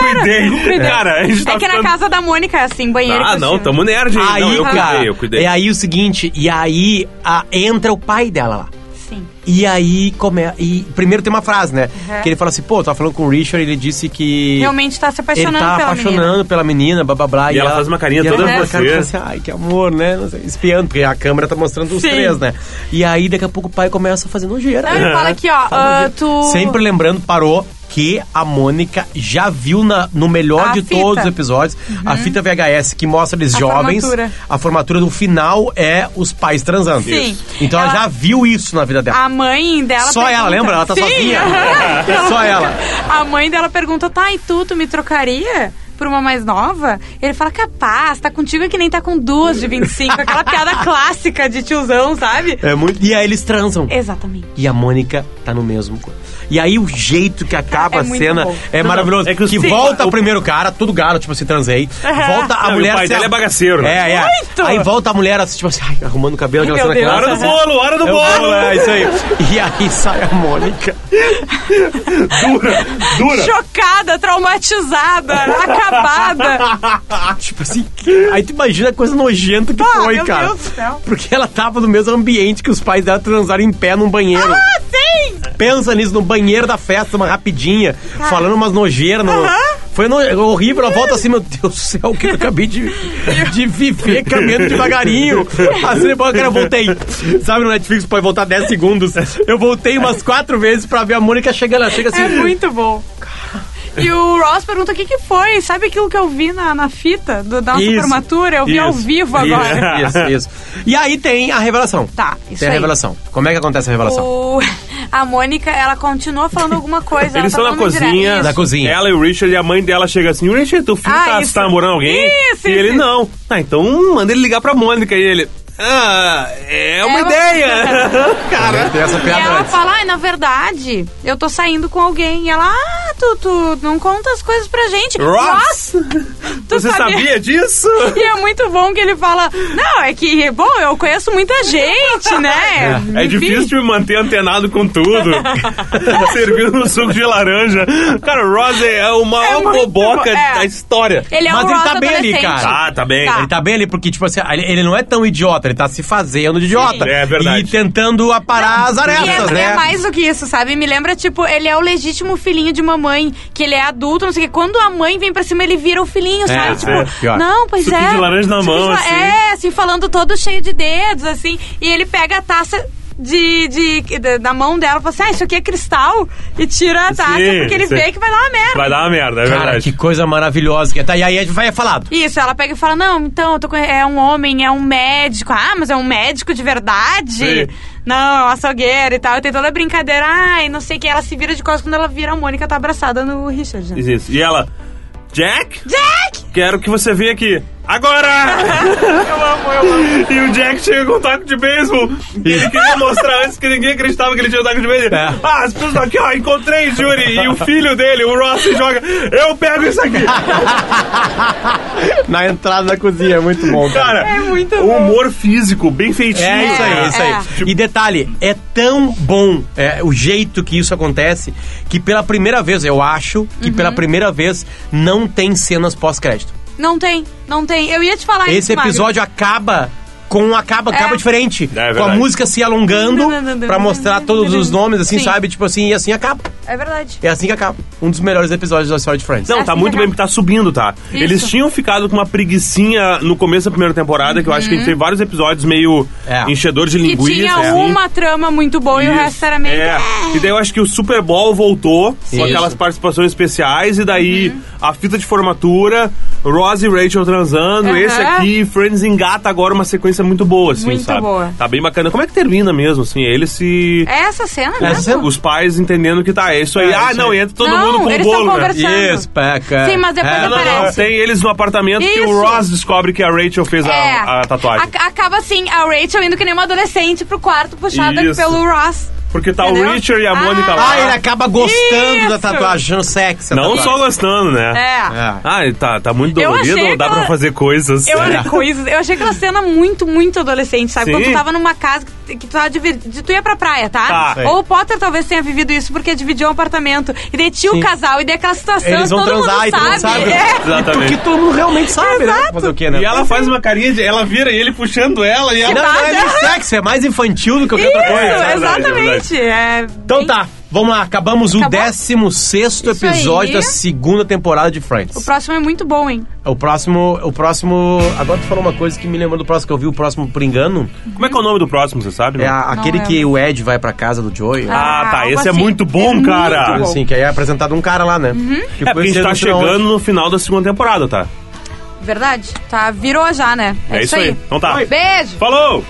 [SPEAKER 2] Cara, a gente tá
[SPEAKER 1] É que na
[SPEAKER 2] ficando-
[SPEAKER 1] casa da Mônica, é assim, banheiro.
[SPEAKER 2] Ah,
[SPEAKER 1] e
[SPEAKER 2] não,
[SPEAKER 1] cozinha.
[SPEAKER 2] tamo nerd. hein?
[SPEAKER 3] Aí,
[SPEAKER 2] não, eu
[SPEAKER 3] cara,
[SPEAKER 2] cuidei, eu cuidei.
[SPEAKER 3] é aí o seguinte, e aí a- entra o pai dela lá.
[SPEAKER 1] Sim.
[SPEAKER 3] E aí, come... e primeiro tem uma frase, né?
[SPEAKER 1] Uhum.
[SPEAKER 3] Que ele fala assim, pô, eu tava falando com o Richard, ele disse que...
[SPEAKER 1] Realmente tá se apaixonando
[SPEAKER 3] ele tá
[SPEAKER 1] pela
[SPEAKER 3] apaixonando
[SPEAKER 1] menina.
[SPEAKER 3] pela menina, blá blá blá.
[SPEAKER 2] E ela faz uma carinha
[SPEAKER 3] e ela
[SPEAKER 2] toda
[SPEAKER 3] faz uma
[SPEAKER 2] você.
[SPEAKER 3] cara que fala assim, Ai, que amor, né? Não sei, espiando, porque a câmera tá mostrando os
[SPEAKER 1] Sim.
[SPEAKER 3] três, né? E aí daqui a pouco o pai começa a fazer nojeira.
[SPEAKER 1] Não, ele fala aqui,
[SPEAKER 2] (laughs)
[SPEAKER 1] ó, ah, tu...
[SPEAKER 3] Sempre lembrando, parou que a Mônica já viu na, no melhor
[SPEAKER 1] A
[SPEAKER 3] de
[SPEAKER 1] fita. Uhum.
[SPEAKER 3] todos os episódios a fita VHS que mostra eles
[SPEAKER 1] A
[SPEAKER 3] jovens.
[SPEAKER 1] formatura.
[SPEAKER 3] A formatura do final é os pais transando.
[SPEAKER 1] Sim.
[SPEAKER 3] Então ela,
[SPEAKER 1] Ela-
[SPEAKER 3] já viu isso na vida dela.
[SPEAKER 1] A mãe dela
[SPEAKER 3] Só ela,
[SPEAKER 1] pergunta-
[SPEAKER 3] lembra? Ela tá
[SPEAKER 1] Sim, (laughs)
[SPEAKER 3] sozinha.
[SPEAKER 1] aham.
[SPEAKER 3] Só ela.
[SPEAKER 1] A mãe dela pergunta, tá, e tu, tu me trocaria? Por uma mais nova? Ele fala, capaz, tá contigo é que nem tá com duas de 25. Aquela piada (laughs) clássica de tiozão, sabe?
[SPEAKER 3] É muito... E aí eles transam.
[SPEAKER 1] É. Exatamente.
[SPEAKER 3] E a Mônica tá no mesmo corpo. E aí o jeito que acaba
[SPEAKER 1] É
[SPEAKER 3] a
[SPEAKER 1] muito
[SPEAKER 3] cena
[SPEAKER 1] bom.
[SPEAKER 3] é
[SPEAKER 2] Não,
[SPEAKER 3] maravilhoso.
[SPEAKER 2] não, é que
[SPEAKER 3] que
[SPEAKER 2] os- Sim.
[SPEAKER 3] volta primeiro cara, tudo garo, tipo assim, transei. Volta a
[SPEAKER 2] Não, e o
[SPEAKER 3] mulher...
[SPEAKER 2] pai
[SPEAKER 3] se-
[SPEAKER 2] dela é bagaceiro, né?
[SPEAKER 3] É, é.
[SPEAKER 1] Muito!
[SPEAKER 3] Aí volta a mulher, assim, tipo assim, ai, arrumando o cabelo.
[SPEAKER 1] Meu
[SPEAKER 3] aquela cena
[SPEAKER 1] Deus.
[SPEAKER 3] clássica.
[SPEAKER 2] Hora do bolo, hora do
[SPEAKER 3] É o bolo,
[SPEAKER 2] bolo!
[SPEAKER 3] é isso aí. (laughs) E aí sai a Mônica.
[SPEAKER 2] (laughs)
[SPEAKER 3] (laughs)
[SPEAKER 2] Dura!
[SPEAKER 1] Chocada, traumatizada,
[SPEAKER 3] (laughs)
[SPEAKER 1] acabada.
[SPEAKER 3] tipo assim, aí tu imagina a coisa nojenta que
[SPEAKER 1] Ah,
[SPEAKER 3] foi,
[SPEAKER 1] meu
[SPEAKER 3] cara.
[SPEAKER 1] Deus do céu.
[SPEAKER 3] Porque ela tava no mesmo ambiente que os pais dela transaram em pé num banheiro.
[SPEAKER 1] Ah, sim!
[SPEAKER 3] Pensa nisso, no banheiro da festa, uma rapidinha, falando umas nojeiras. No... Foi no- horrível, ela volta assim, meu Deus do céu, o que eu
[SPEAKER 1] (laughs)
[SPEAKER 3] acabei de, de viver caminhando devagarinho. Assim, depois, cara, eu voltei. Sabe, no Netflix pode voltar 10 segundos. Eu voltei umas quatro vezes pra ver a Mônica chegando. Ela chega assim,
[SPEAKER 1] É muito bom. E o Ross pergunta o que que foi, sabe aquilo que eu vi na, na fita do, da nossa
[SPEAKER 3] Isso,
[SPEAKER 1] formatura? Eu vi ao
[SPEAKER 3] isso,
[SPEAKER 1] vivo agora.
[SPEAKER 3] Isso, isso. E aí tem a revelação.
[SPEAKER 1] Tá, isso
[SPEAKER 3] Tem a
[SPEAKER 1] aí.
[SPEAKER 3] revelação. Como é que acontece a revelação?
[SPEAKER 1] O, (laughs) a Mônica, ela continua falando alguma coisa.
[SPEAKER 2] Eles
[SPEAKER 1] ela
[SPEAKER 2] estão
[SPEAKER 1] tá
[SPEAKER 2] na
[SPEAKER 1] falando direto.
[SPEAKER 2] cozinha,
[SPEAKER 1] Isso.
[SPEAKER 3] Na cozinha.
[SPEAKER 2] ela e o Richard, e a mãe dela chega assim, Richard, teu filho
[SPEAKER 1] Ah,
[SPEAKER 2] tá,
[SPEAKER 1] isso.
[SPEAKER 2] tá namorando alguém?
[SPEAKER 1] Isso, isso,
[SPEAKER 2] e ele,
[SPEAKER 1] isso.
[SPEAKER 2] não. Ah, então hum, manda ele ligar pra Mônica, e ele, ah, é uma
[SPEAKER 1] É uma- (laughs)
[SPEAKER 2] ideia! (laughs)
[SPEAKER 3] Cara, tem essa
[SPEAKER 1] E
[SPEAKER 3] piada
[SPEAKER 1] ela
[SPEAKER 3] antes.
[SPEAKER 1] fala, ai, na verdade, eu tô saindo com alguém. E ela, ah, tu, tu não conta as coisas pra gente.
[SPEAKER 2] (laughs) Ross?
[SPEAKER 1] tu
[SPEAKER 2] Você sabia disso?
[SPEAKER 1] (laughs) E é muito bom que ele fala, não, é que, bom, eu conheço muita gente, né?
[SPEAKER 2] (laughs) É
[SPEAKER 1] Enfim.
[SPEAKER 2] difícil me manter antenado
[SPEAKER 1] (laughs)
[SPEAKER 2] com tudo. Servindo um suco de laranja. Cara, o Ross é o maior
[SPEAKER 1] É muito
[SPEAKER 2] boboca
[SPEAKER 1] bom, é.
[SPEAKER 2] da história.
[SPEAKER 1] Ele é
[SPEAKER 3] Mas
[SPEAKER 1] um
[SPEAKER 3] ele
[SPEAKER 1] Ross
[SPEAKER 3] tá bem ali,
[SPEAKER 1] adolescente.
[SPEAKER 3] cara.
[SPEAKER 2] Ah, tá bem.
[SPEAKER 1] Tá.
[SPEAKER 3] Ele tá bem ali porque, tipo assim, ele ele não é tão idiota, ele tá se fazendo de idiota.
[SPEAKER 2] É verdade.
[SPEAKER 3] E tentando aparar as
[SPEAKER 1] E é,
[SPEAKER 3] arestas,
[SPEAKER 1] e
[SPEAKER 3] né?
[SPEAKER 1] é mais do que isso, sabe? Me lembra, tipo, ele é o legítimo filhinho de mamãe, que ele é adulto, não sei o quê. Quando a mãe vem pra cima, ele vira o filhinho, sabe? tipo,
[SPEAKER 3] é, pior.
[SPEAKER 1] não, pois
[SPEAKER 2] Suquinho
[SPEAKER 1] é.
[SPEAKER 2] de laranja na
[SPEAKER 1] Suquinho de
[SPEAKER 2] mão,
[SPEAKER 1] la-
[SPEAKER 2] assim.
[SPEAKER 1] É, assim, falando todo cheio de dedos, assim. E ele pega a taça de, de- da- da mão dela e fala assim, ah, isso aqui é cristal. E tira a taça,
[SPEAKER 2] Sim,
[SPEAKER 1] porque ele
[SPEAKER 2] sim.
[SPEAKER 1] vê que vai dar uma merda.
[SPEAKER 2] Vai dar uma merda, é
[SPEAKER 3] Cara,
[SPEAKER 2] verdade.
[SPEAKER 3] que coisa maravilhosa. que tá. E aí a gente vai é falado.
[SPEAKER 1] Isso, ela pega e fala: Não, então, eu tô com- é um homem, é um médico. Ah, mas é um médico de verdade?
[SPEAKER 2] Sim.
[SPEAKER 1] não, é um açougueiro e tal. E tem toda a brincadeira, ai, não sei o que. Ela se vira de costas quando ela vira a Mônica, tá abraçada no Richard. né?
[SPEAKER 2] Isso. E ela, Jack,
[SPEAKER 1] Jack!
[SPEAKER 2] quero que você venha aqui. Agora!
[SPEAKER 1] (laughs) Eu amo, eu amo.
[SPEAKER 2] E o Jack chega com um taco de beisebol. E ele queria mostrar antes que ninguém acreditava que ele tinha um taco de beisebol.
[SPEAKER 3] É.
[SPEAKER 2] Ah, as pessoas aqui, ó, encontrei, Júri. E o filho dele, o Ross, se joga. Eu pego isso aqui.
[SPEAKER 4] (laughs) Na entrada da cozinha, é muito bom. Cara.
[SPEAKER 2] Cara,
[SPEAKER 1] É muito
[SPEAKER 2] o humor físico, bem feitinho.
[SPEAKER 3] É isso aí,
[SPEAKER 2] cara.
[SPEAKER 3] é isso aí.
[SPEAKER 1] É.
[SPEAKER 3] E detalhe, é tão bom é, o jeito que isso acontece que pela primeira vez, eu acho que pela primeira vez não tem cenas pós-crédito.
[SPEAKER 1] Não tem, não tem. Eu ia te falar
[SPEAKER 3] Esse
[SPEAKER 1] isso, Magro.
[SPEAKER 3] episódio acaba com acaba, acaba diferente.
[SPEAKER 2] É
[SPEAKER 3] com a
[SPEAKER 2] verdade.
[SPEAKER 3] música se alongando pra mostrar todos os nomes, assim,
[SPEAKER 1] Sim.
[SPEAKER 3] sabe? Tipo assim, e assim acaba.
[SPEAKER 1] É verdade.
[SPEAKER 3] É assim que acaba. Um dos melhores episódios da história de Friends.
[SPEAKER 2] Não, tá
[SPEAKER 1] Assim
[SPEAKER 2] muito
[SPEAKER 1] legal.
[SPEAKER 2] bem porque tá subindo, tá?
[SPEAKER 1] Isso.
[SPEAKER 2] Eles tinham ficado com uma preguicinha no começo da primeira temporada, que eu acho que a gente teve vários episódios meio
[SPEAKER 3] É.
[SPEAKER 2] enchedor de
[SPEAKER 1] Uhum. Que
[SPEAKER 2] linguiça.
[SPEAKER 1] tinha
[SPEAKER 2] assim.
[SPEAKER 1] uma trama muito boa e o
[SPEAKER 2] Isso.
[SPEAKER 1] resto era meio... "Ah".
[SPEAKER 2] É. E daí eu acho que o Super Bowl voltou
[SPEAKER 3] Sim.
[SPEAKER 2] com aquelas
[SPEAKER 3] Isso.
[SPEAKER 2] participações especiais, e daí a fita de formatura, Ross e Rachel transando,
[SPEAKER 1] Aham.
[SPEAKER 2] esse aqui, Friends engata agora uma sequência muito boa, assim,
[SPEAKER 1] Muito
[SPEAKER 2] sabe?
[SPEAKER 1] boa.
[SPEAKER 2] Tá bem bacana. Como é que termina mesmo, assim? Eles se.
[SPEAKER 1] É essa cena mesmo?
[SPEAKER 3] Essa cena-
[SPEAKER 2] Os pais entendendo que tá, é isso aí.
[SPEAKER 3] É,
[SPEAKER 2] ah,
[SPEAKER 3] isso
[SPEAKER 2] não,
[SPEAKER 3] aí.
[SPEAKER 2] entra todo
[SPEAKER 1] Não,
[SPEAKER 2] mundo com o
[SPEAKER 1] eles tão
[SPEAKER 2] bolo. né?
[SPEAKER 1] conversando.
[SPEAKER 3] Yes, Pekka.
[SPEAKER 1] Sim, mas depois
[SPEAKER 3] É,
[SPEAKER 2] Não, não, não.
[SPEAKER 1] aparece.
[SPEAKER 2] Tem eles no apartamento que
[SPEAKER 1] Isso.
[SPEAKER 2] o Ross descobre que a Rachel fez
[SPEAKER 1] É.
[SPEAKER 2] a, a tatuagem.
[SPEAKER 1] Ac- acaba assim, a Rachel indo que nem uma adolescente pro quarto, puxada
[SPEAKER 2] Isso.
[SPEAKER 1] pelo Ross.
[SPEAKER 2] Porque tá
[SPEAKER 1] Entendeu?
[SPEAKER 2] o Richard e a Mônica
[SPEAKER 1] Ah.
[SPEAKER 2] lá.
[SPEAKER 3] Ah, ele acaba gostando da
[SPEAKER 1] Isso.
[SPEAKER 3] tatuagem, achando sexy. a
[SPEAKER 2] Não
[SPEAKER 3] tatuagem.
[SPEAKER 2] só gostando, né?
[SPEAKER 1] É.
[SPEAKER 3] É.
[SPEAKER 2] Ah, ele tá, tá muito
[SPEAKER 1] Eu
[SPEAKER 2] dolorido
[SPEAKER 1] achei
[SPEAKER 2] ou dá
[SPEAKER 1] aquela-
[SPEAKER 2] pra fazer coisas? É.
[SPEAKER 1] Eu, coisas. eu achei aquela cena muito, muito adolescente, sabe?
[SPEAKER 2] Sim.
[SPEAKER 1] Quando tu tava numa casa que tu tava dividido. Tu ia pra praia, tá?
[SPEAKER 2] Tá.
[SPEAKER 3] Sei.
[SPEAKER 1] Ou o Potter talvez tenha vivido isso porque dividiu um apartamento. E daí tinha
[SPEAKER 3] Sim.
[SPEAKER 1] o casal, e daí aquela situação
[SPEAKER 3] Eles vão
[SPEAKER 1] todo
[SPEAKER 3] transar e
[SPEAKER 1] mundo
[SPEAKER 3] tu não
[SPEAKER 1] sabe.
[SPEAKER 3] sabe.
[SPEAKER 1] É.
[SPEAKER 2] Exatamente.
[SPEAKER 3] Porque todo mundo realmente sabe, né? Fazer o quê, né?
[SPEAKER 2] E ela faz uma carinha de. Ela vira e ele puxando ela e
[SPEAKER 3] E
[SPEAKER 2] ela.
[SPEAKER 3] na verdade é sexo, é mais infantil do que qualquer outra coisa.
[SPEAKER 1] Isso,
[SPEAKER 2] é verdade, é
[SPEAKER 1] exatamente. É
[SPEAKER 3] Então
[SPEAKER 1] bem-
[SPEAKER 3] tá, vamos lá. Acabamos o
[SPEAKER 1] Acabou?
[SPEAKER 3] 16
[SPEAKER 1] Isso
[SPEAKER 3] episódio
[SPEAKER 1] aí.
[SPEAKER 3] da segunda temporada de
[SPEAKER 1] O
[SPEAKER 3] Friends.
[SPEAKER 1] próximo é muito bom, hein?
[SPEAKER 3] O próximo. O próximo. Agora tu falou uma coisa que me lembrou do próximo que eu vi, o próximo por engano.
[SPEAKER 2] Como é que é o nome do próximo, você sabe?
[SPEAKER 3] É
[SPEAKER 2] né?
[SPEAKER 3] a- aquele
[SPEAKER 1] lembro.
[SPEAKER 3] que o Ed vai pra casa do Joey.
[SPEAKER 2] Ah, tá.
[SPEAKER 1] algo
[SPEAKER 2] Esse é
[SPEAKER 1] assim.
[SPEAKER 2] muito bom,
[SPEAKER 1] É
[SPEAKER 2] cara.
[SPEAKER 1] muito bom.
[SPEAKER 3] Assim, que aí é apresentado um cara lá, né? Que
[SPEAKER 2] É porque a gente tá
[SPEAKER 3] depois vocês não
[SPEAKER 2] chegando no final da segunda temporada, tá?
[SPEAKER 1] Verdade. Tá, virou já, né?
[SPEAKER 2] É, isso aí. Então tá.
[SPEAKER 1] Beijo.
[SPEAKER 2] Falou!